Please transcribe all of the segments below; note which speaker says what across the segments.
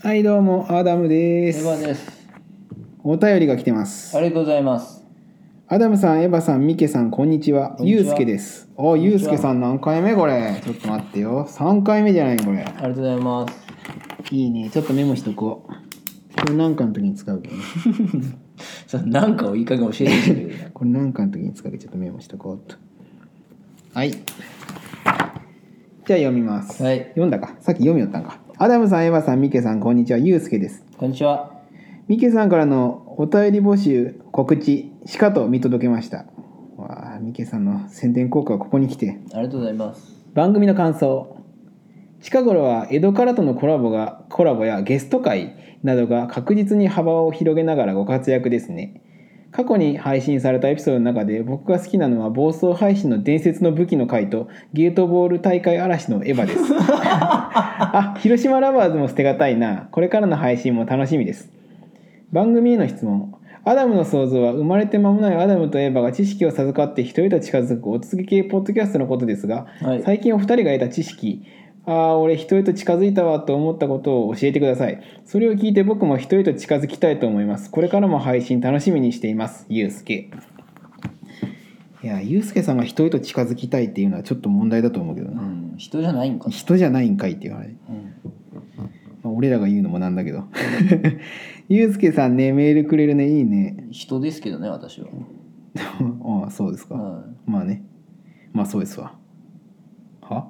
Speaker 1: はいどうもアダムです
Speaker 2: エヴァです。
Speaker 1: お便りが来てます
Speaker 2: ありがとうございます。
Speaker 1: アダムさんエヴァさんミケさんこんにちは
Speaker 2: こんに
Speaker 1: ユ
Speaker 2: ち
Speaker 1: ウ
Speaker 2: は
Speaker 1: スケですおユウスケさん何回目これちょっと待ってよ3回目じゃないこれ
Speaker 2: ありがとうございます。
Speaker 1: いいねちょっとメモしとこうこれ何かの時に使うけどね
Speaker 2: さなんかをいい加減教えてくれる
Speaker 1: これ何かの時に使うけどちょっとメモしとこうっとはいじゃあ読みます、
Speaker 2: はい
Speaker 1: 読んだかさっき読みよったんかアダムさんエヴァさんミケさんこんにちはユウスケです
Speaker 2: こんにちは。
Speaker 1: ミケさんからのお便り募集告知しかと見届けましたわあミケさんの宣伝効果はここに来て
Speaker 2: ありがとうございます。
Speaker 1: 番組の感想近頃は江戸からとのコラボがコラボやゲスト会などが確実に幅を広げながらご活躍ですね過去に配信されたエピソードの中で僕が好きなのは暴走配信の伝説の武器の回とゲートボール大会嵐のエヴァですあ広島ラバーズも捨てがたいなこれからの配信も楽しみです番組への質問アダムの創造は生まれて間もないアダムとエヴァが知識を授かって人へと近づくお告げ系ポッドキャストのことですが、
Speaker 2: はい
Speaker 1: 最近お二人が得た知識ああ俺人へと近づいたわと思ったことを教えてくださいそれを聞いて僕も人へと近づきたいと思いますこれからも配信楽しみにしていますゆうすけいやゆうすけさんが人へと近づきたいっていうのはちょっと問題だと思うけど
Speaker 2: う
Speaker 1: な、
Speaker 2: ん、人じゃないんかな。
Speaker 1: 人じゃないんかいって言われ
Speaker 2: うん、
Speaker 1: まあ俺らが言うのもなんだけど ゆうすけさんねメールくれるねいいね
Speaker 2: 人ですけどね、私は。
Speaker 1: ああそうですか、
Speaker 2: はい。
Speaker 1: まあねまあそうですわは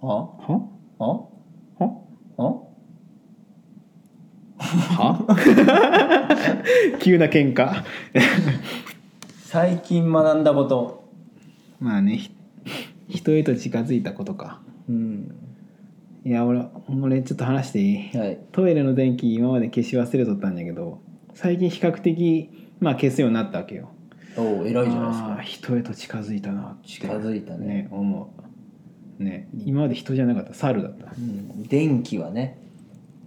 Speaker 2: あ、
Speaker 1: は
Speaker 2: あ、
Speaker 1: は
Speaker 2: あ、
Speaker 1: は 急な喧嘩
Speaker 2: 最近学んだこと。
Speaker 1: まあねひ人へと近づいたことか
Speaker 2: うん。
Speaker 1: いや俺俺ちょっと話していい
Speaker 2: はい。
Speaker 1: トイレの電気今まで消し忘れとったんだけど最近比較的まあ消すようになったわけよ
Speaker 2: おお、偉いじゃないです
Speaker 1: ああ人へと近づいたなって
Speaker 2: か。近づいたね。
Speaker 1: ね思うね今まで人じゃなかった猿だった
Speaker 2: うん、電気はね。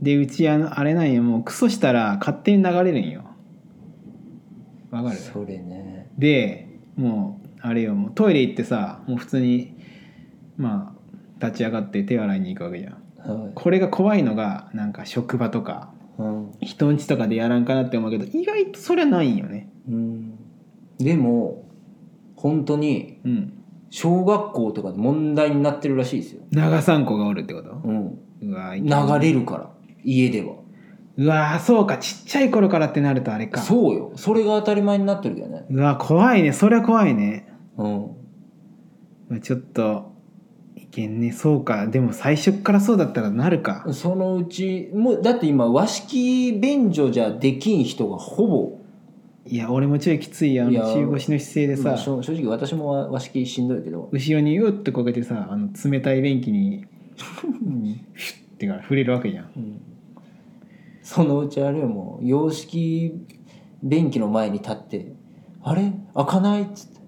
Speaker 1: でうちあのあれなんよもうクソしたら勝手に流れるんよわかる
Speaker 2: それね。
Speaker 1: でもうあれよもうトイレ行ってさもう普通にまあ立ち上がって手洗いに行くわけじゃん
Speaker 2: はい。
Speaker 1: これが怖いのがなんか職場とか
Speaker 2: うん。
Speaker 1: 人んちとかでやらんかなって思うけど意外とそれはないんよね
Speaker 2: うん。でも。本当に。
Speaker 1: うん
Speaker 2: 小学校とかで問題になってるらしいですよ。
Speaker 1: 長さん子がおるってこと
Speaker 2: うん。
Speaker 1: うわ
Speaker 2: 流れるから家では
Speaker 1: うわそうかちっちゃい頃からってなるとあれか
Speaker 2: そうよそれが当たり前になってるけどね
Speaker 1: うわ怖いねそれは怖いね
Speaker 2: うん
Speaker 1: まあちょっといけんねそうかでも最初っからそうだったらなるか
Speaker 2: そのうちもうだって今和式便所じゃできん人がほぼ
Speaker 1: いや俺もちょいきついやん
Speaker 2: いや
Speaker 1: 中腰の姿勢で
Speaker 2: ま
Speaker 1: さ
Speaker 2: あしょ正直私も和和式しんどいけど
Speaker 1: 後ろにうってこけてさあの冷たい便器にシュッてから触れるわけじゃん
Speaker 2: そのうちあれよもう洋式便器の前に立って「あれ開かない」っつって、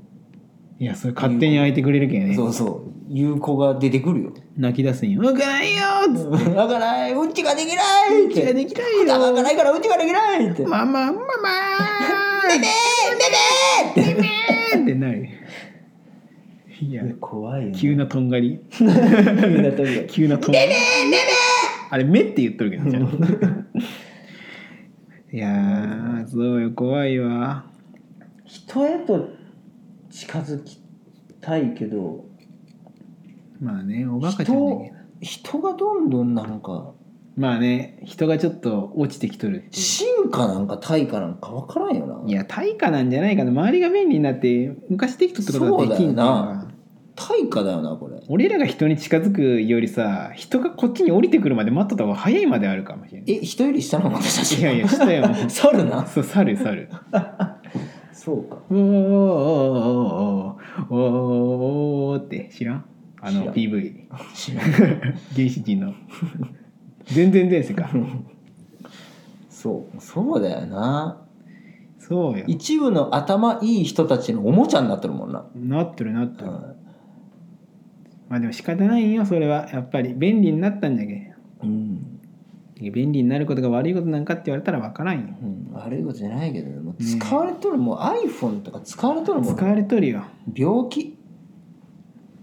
Speaker 1: いやそれ勝手に開いてくれるけんね
Speaker 2: そうそう有効が出てくるよ
Speaker 1: 泣き出すんよ「うかないよ!」っつっ
Speaker 2: 開かないうんちができないって
Speaker 1: て「できな
Speaker 2: 普段開
Speaker 1: い
Speaker 2: か
Speaker 1: よ
Speaker 2: ないからうんちができないって
Speaker 1: ママママ
Speaker 2: 「ねえねえ!」って
Speaker 1: ーってなるいや
Speaker 2: 怖いよ、ね、
Speaker 1: 急なとんがり
Speaker 2: 急なとき
Speaker 1: 急なとんがりあれ目って言っとるけどねちゃんといやーそうよ怖いわ
Speaker 2: 人へと近づきたいけど
Speaker 1: まあねおバカちゃんだけ
Speaker 2: 人
Speaker 1: ど
Speaker 2: 人がどんどんなんか
Speaker 1: まあね人がちょっと落ちてきとるっていう
Speaker 2: 進化なんか退化なんか分からんよない
Speaker 1: や対価なんじゃないかな周りが便利になって昔できとったことはできんの
Speaker 2: そうだよ退化だよなこれ
Speaker 1: 俺らが人に近づくよりさ人がこっちに降りてくるまで待っとった方が早いまであるかもしれない
Speaker 2: え人より下なの私たち
Speaker 1: いやいや下 よもう
Speaker 2: 猿な
Speaker 1: そう猿猿
Speaker 2: そうか
Speaker 1: おーおーおーおーおーおーおーって知らんあ
Speaker 2: 知ら
Speaker 1: の
Speaker 2: ん
Speaker 1: PV
Speaker 2: 知らん
Speaker 1: 原始人の全然前世か
Speaker 2: そうそうだよな
Speaker 1: そうよ
Speaker 2: 一部の頭いい人たちのおもちゃになってるもんな、
Speaker 1: なってるなって
Speaker 2: う
Speaker 1: る、
Speaker 2: ん
Speaker 1: まあでも仕方ないんよそれはやっぱり便利になったんじゃけ
Speaker 2: うん
Speaker 1: 便利になることが悪いことなんかって言われたら分からんよ
Speaker 2: うん、悪いことじゃないけどもう使われとる、もう iPhone とか使われとるもん
Speaker 1: 使われとるよ
Speaker 2: 病気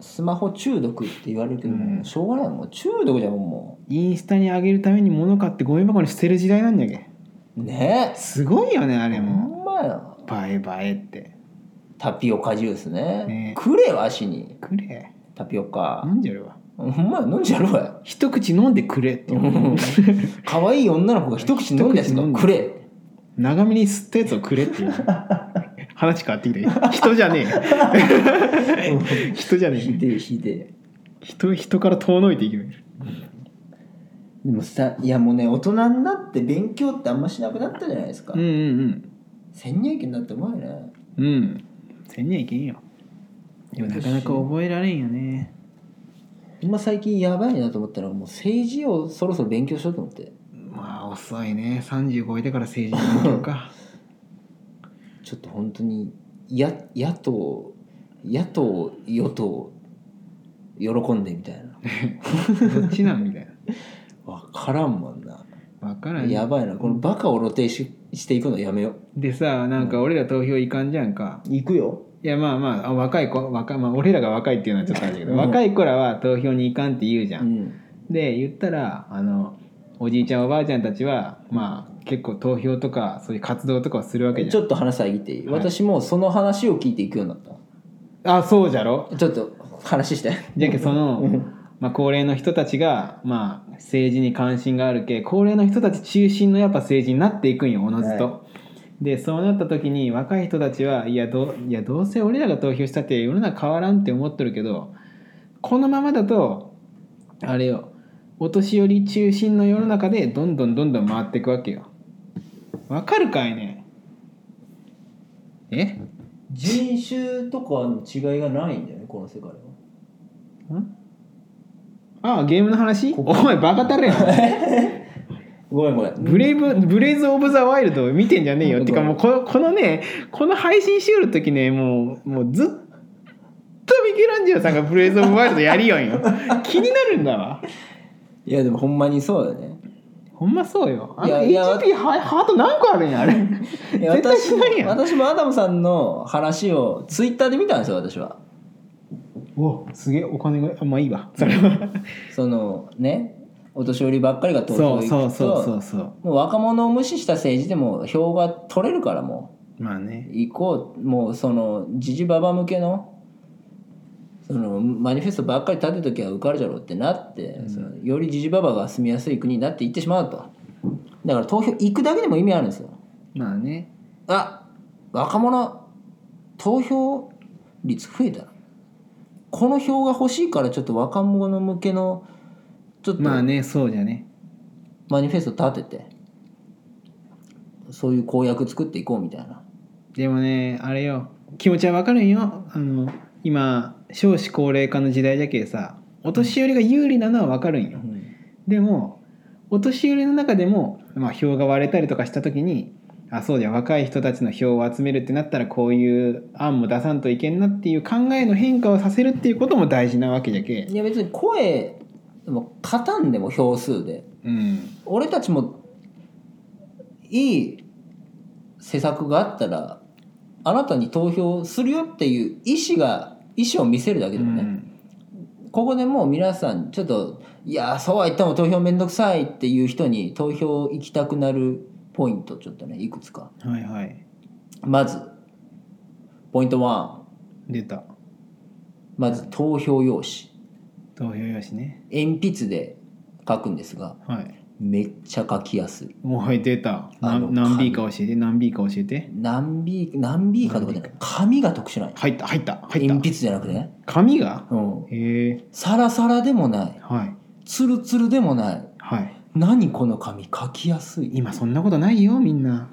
Speaker 2: スマホ中毒って言われるけど、
Speaker 1: うん
Speaker 2: しょうがないもう中毒じゃんも
Speaker 1: インスタに上げるために物買ってゴミ箱に捨てる時代なんだけ
Speaker 2: うね
Speaker 1: すごいよねあ
Speaker 2: え
Speaker 1: れ
Speaker 2: ほ
Speaker 1: も
Speaker 2: んまや
Speaker 1: 映え映えって
Speaker 2: タピオカジュースね
Speaker 1: ねえ
Speaker 2: くれわしに
Speaker 1: くれ
Speaker 2: タピオカ
Speaker 1: 飲んじゃるわ
Speaker 2: ほんまや飲んじゃるわ
Speaker 1: 一口飲んでくれ って
Speaker 2: うん可愛い女の子が一口飲んだやつがくれ
Speaker 1: 長めに吸ったやつをくれっていう話変わってきた人じゃねえ人じゃね
Speaker 2: ひ
Speaker 1: え
Speaker 2: でえひでえ
Speaker 1: 人人から遠のいていける
Speaker 2: でもさいやもうね大人になって勉強ってあんましなくなったじゃないですか、
Speaker 1: うんうん
Speaker 2: 千人駅になってうまいね
Speaker 1: うんうんせんにはいけんよでもなかなか覚えられんよね
Speaker 2: ほんま最近やばいなと思ったのはもう政治をそろそろ勉強しようと思って
Speaker 1: まあ遅いね30超えてから政治の勉強か
Speaker 2: ちょっと本当にや野党野党与党喜んでみたいな
Speaker 1: どっちなんみたい
Speaker 2: 分からんもんな
Speaker 1: なわからんよ
Speaker 2: やばいなこのバカを露呈ししていくのやめよ
Speaker 1: でさなんか俺ら投票いかんじゃんか、
Speaker 2: う行くよ
Speaker 1: いやまあまああ若い子若い、まあ、俺らが若いっていうのはちょっとあれだけど、
Speaker 2: うん
Speaker 1: 若い子らは投票に行かんって言うじゃ、
Speaker 2: うんん
Speaker 1: で言ったらあのおじいちゃんおばあちゃんたちはまあ結構投票とかそういう活動とかをするわけ
Speaker 2: ち
Speaker 1: じゃん
Speaker 2: ょっと話遮っていい、
Speaker 1: はい
Speaker 2: 私もその話を聞いていくようになった
Speaker 1: あそうじゃろ
Speaker 2: ちょっと話して
Speaker 1: じゃけその、
Speaker 2: うん
Speaker 1: まあ、高齢の人たちが、まあ、政治に関心があるけ高齢の人たち中心のやっぱ政治になっていくんよおのずと。
Speaker 2: は
Speaker 1: でそうなった時に若い人たちはいやどういやどうせ俺らが投票したって世の中変わらんって思っとるけどこのままだとあれよお年寄り中心の世の中でどんどんどんどん回っていくわけよ。わかるかいねえ
Speaker 2: 人種とかの違いがないんだよねこの世界は
Speaker 1: ああゲームの話お前バカたれよ
Speaker 2: ごめんごめん
Speaker 1: ブレイブ、ブレイズ・オブ・ザ・ワイルドを見てんじゃねえよ。
Speaker 2: 本
Speaker 1: て
Speaker 2: 当
Speaker 1: か
Speaker 2: だ
Speaker 1: もうこの、このね、この配信しよるときね、もう、もうずっとミケランジェロさんがブレイズ・オブ・ワイルドやりよん よ。気になるんだわ。
Speaker 2: いやでもほんまにそうだね
Speaker 1: ほんまそうよ。あの
Speaker 2: いや
Speaker 1: HP ハハート何個あるんや、あれ。
Speaker 2: いや
Speaker 1: 絶対しない
Speaker 2: 私も
Speaker 1: やん。
Speaker 2: 私もアダムさんの話をツイッターで見たんですよ私は
Speaker 1: おすげえ、お金が、あまあいいわ。それは。
Speaker 2: そのねお年寄りばっかりが投
Speaker 1: そ
Speaker 2: 票
Speaker 1: う
Speaker 2: 行
Speaker 1: そう
Speaker 2: く
Speaker 1: そうそ
Speaker 2: と
Speaker 1: うそう。
Speaker 2: もう若者を無視した政治でも票が取れるからも
Speaker 1: まあ
Speaker 2: う
Speaker 1: ね。
Speaker 2: 行こうもうそのじじばば向けのそのマニフェストばっかり立てときゃ受かるじゃろうってなって、そのよりじじばばが住みやすい国になっていってしまうとだから投票行くだけでも意味あるんですよ
Speaker 1: まあね。
Speaker 2: あ若者投票率増えたなこの票が欲しいからちょっと若者向けのちょっと
Speaker 1: まあね、そうじゃね。
Speaker 2: マニフェスト立ててそういう公約作っていこうみたいな
Speaker 1: でもねあれよ気持ちはわかるんよあの今少子高齢化の時代じゃけさお年寄りが有利なのはわかるんよでもお年寄りの中でも、まあ、票が割れたりとかした時にあそうじゃ若い人たちの票を集めるってなったらこういう案も出さんといけんなっていう考えの変化をさせるっていうことも大事なわけじゃけ
Speaker 2: いや別に声でも勝たんでも票数で
Speaker 1: うん
Speaker 2: 俺たちもいい施策があったらあなたに投票するよっていう意思が意思を見せるだけ
Speaker 1: う
Speaker 2: でもね、
Speaker 1: ん
Speaker 2: ここでもう皆さんちょっといやーそうは言っても投票めんどくさいっていう人に投票行きたくなるポイントちょっとねいくつか
Speaker 1: はいはい
Speaker 2: まずポイント1
Speaker 1: 出た
Speaker 2: まず投票用紙
Speaker 1: 投票用紙ね
Speaker 2: 鉛筆で書くんですが
Speaker 1: はい
Speaker 2: めっちゃ書きやすい
Speaker 1: おい出た
Speaker 2: あ
Speaker 1: な
Speaker 2: の
Speaker 1: 何 B か教えて何 B か教えて
Speaker 2: 何 B 何 B かとかじゃない紙が特殊ない
Speaker 1: 入った入った入
Speaker 2: 鉛
Speaker 1: った
Speaker 2: 筆じゃなくてね、
Speaker 1: 紙が
Speaker 2: うん、
Speaker 1: へえ
Speaker 2: サラサラでもない
Speaker 1: はい
Speaker 2: ツルツルでもない
Speaker 1: はい
Speaker 2: 何この紙書きやすい
Speaker 1: 今そんなことないよみんな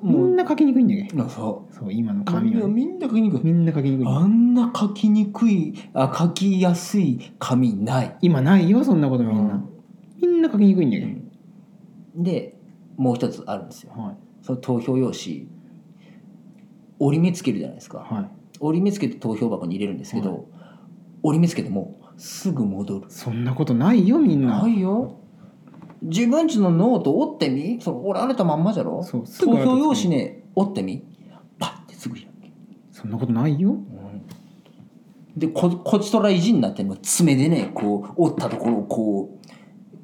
Speaker 1: み
Speaker 2: も
Speaker 1: んな書きにくいんだけ
Speaker 2: うそう
Speaker 1: そう今の
Speaker 2: 紙
Speaker 1: 紙は、
Speaker 2: は
Speaker 1: ね、
Speaker 2: みんな書きにくい
Speaker 1: みんな書きにくい
Speaker 2: あんな書きにくいあ書きやすい紙ない
Speaker 1: 今ないよそんなことみんな、
Speaker 2: うん
Speaker 1: みんな書きにくいんだけど、
Speaker 2: でもう一つあるんですよ
Speaker 1: はい
Speaker 2: その投票用紙折り目つけるじゃないですか
Speaker 1: はい
Speaker 2: 折り目つけて投票箱に入れるんですけど、
Speaker 1: は
Speaker 2: 折り目つけてもすぐ戻る
Speaker 1: そんなことないよみんな、
Speaker 2: ないよ自分ちのノート折ってみそれ折られたまんまじゃろ
Speaker 1: そうす
Speaker 2: 投
Speaker 1: ぐ
Speaker 2: 票用紙ね折ってみパッてすぐ開く、
Speaker 1: そんなことないよ
Speaker 2: うんでここちとら意地になってもう爪でねこう折ったところをこう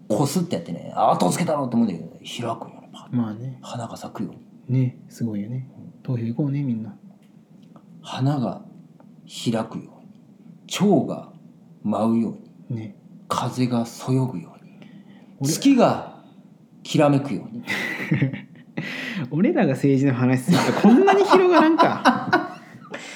Speaker 2: こすってやってね後付けだろうと思うんだけど、ね、開くよねパッ
Speaker 1: まあね
Speaker 2: 花が咲くように
Speaker 1: ねすごいよね投票行こうねみんな
Speaker 2: 花が開くように蝶が舞うように
Speaker 1: ね
Speaker 2: 風がそよぐように
Speaker 1: 俺
Speaker 2: 月がきらめくように
Speaker 1: 俺らが政治の話するとこんなに広がらんか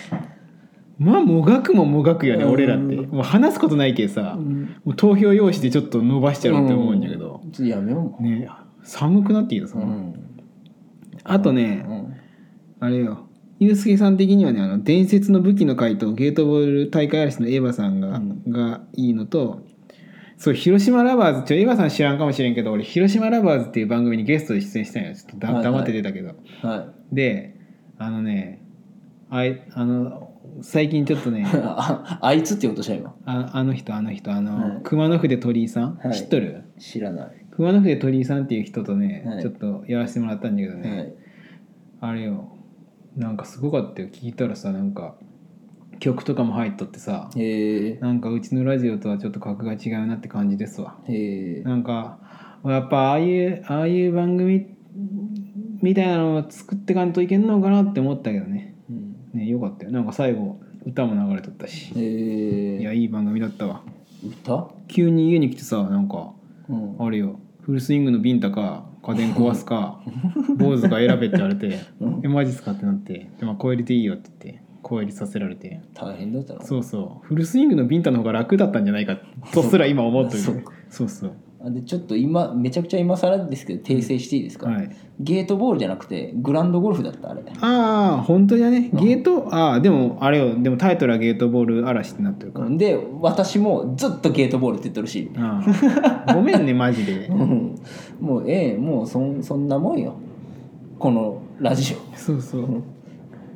Speaker 1: まあもがくももがくよね俺らって
Speaker 2: うん
Speaker 1: もう話すことないけどさもう投票用紙でちょっと伸ばしちゃうって思うんだけど、
Speaker 2: ちょっとやめようも
Speaker 1: ね寒くなってきたさ、
Speaker 2: う、ん
Speaker 1: あとね、
Speaker 2: うん
Speaker 1: あれよユースケさん的にはねあの伝説の武器の回とゲートボール大会嵐のエヴァさんが,、
Speaker 2: うん
Speaker 1: がいいのとそう広島ラバーズちょエヴァさん知らんかもしれんけど俺広島ラバーズっていう番組にゲストで出演したんよちょっとだ、
Speaker 2: はいはい
Speaker 1: 黙って出たけど
Speaker 2: はい
Speaker 1: であのねあいあの最近ちょっ とね
Speaker 2: ああいつって言おうとした今
Speaker 1: ああの人あの人あの、
Speaker 2: はい
Speaker 1: 熊野筆鳥居さん、
Speaker 2: はい
Speaker 1: 知っとる
Speaker 2: 知らない、
Speaker 1: 熊野筆鳥居さんっていう人とね、
Speaker 2: はい
Speaker 1: ちょっとやらせてもらったんだけどね、
Speaker 2: はい
Speaker 1: あれよなんかすごかったよ聞いたらさなんか曲とかも入っとってさ
Speaker 2: えー
Speaker 1: なんかうちのラジオとはちょっと格が違うなって感じですわ
Speaker 2: えー
Speaker 1: なんかやっぱああいうああいう番組みたいなのを作ってかんといけんのかなって思ったけどね
Speaker 2: うん
Speaker 1: ねよかったよなんか最後歌も流れとったし
Speaker 2: え
Speaker 1: いや
Speaker 2: ー
Speaker 1: いい番組だったわ
Speaker 2: 歌、
Speaker 1: 急に家に来てさなんか
Speaker 2: うん、
Speaker 1: あれよフルスイングのビンタか家電壊す か坊主か選べって言われて
Speaker 2: うん
Speaker 1: 「えマジっすか?」ってなって「でまあ、小襟でいいよ」って言って小襟させられて
Speaker 2: 大変だったの
Speaker 1: そうそうフルスイングのビンタの方が楽だったんじゃないかとすら今思っとる
Speaker 2: そうか
Speaker 1: そうそう
Speaker 2: あでちょっと今めちゃくちゃ今更ですけど訂正していいですか、
Speaker 1: はい
Speaker 2: ゲートボールじゃなくてグランドゴルフだったあれ
Speaker 1: ああ本当だねゲートああでもあれよでもタイトルはゲートボール嵐ってなってるから、
Speaker 2: で私もずっとゲートボールって言ってるし、
Speaker 1: ああごめんねマジで
Speaker 2: うんもうええもうそんそんなもんよこのラジオ
Speaker 1: そうそう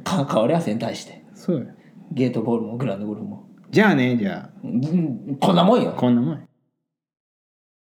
Speaker 2: か変わりはせん対して
Speaker 1: そうよ
Speaker 2: ゲートボールもグランドゴルフも、
Speaker 1: じゃあねじゃ
Speaker 2: うん、こんなもんよ
Speaker 1: あこんなもんや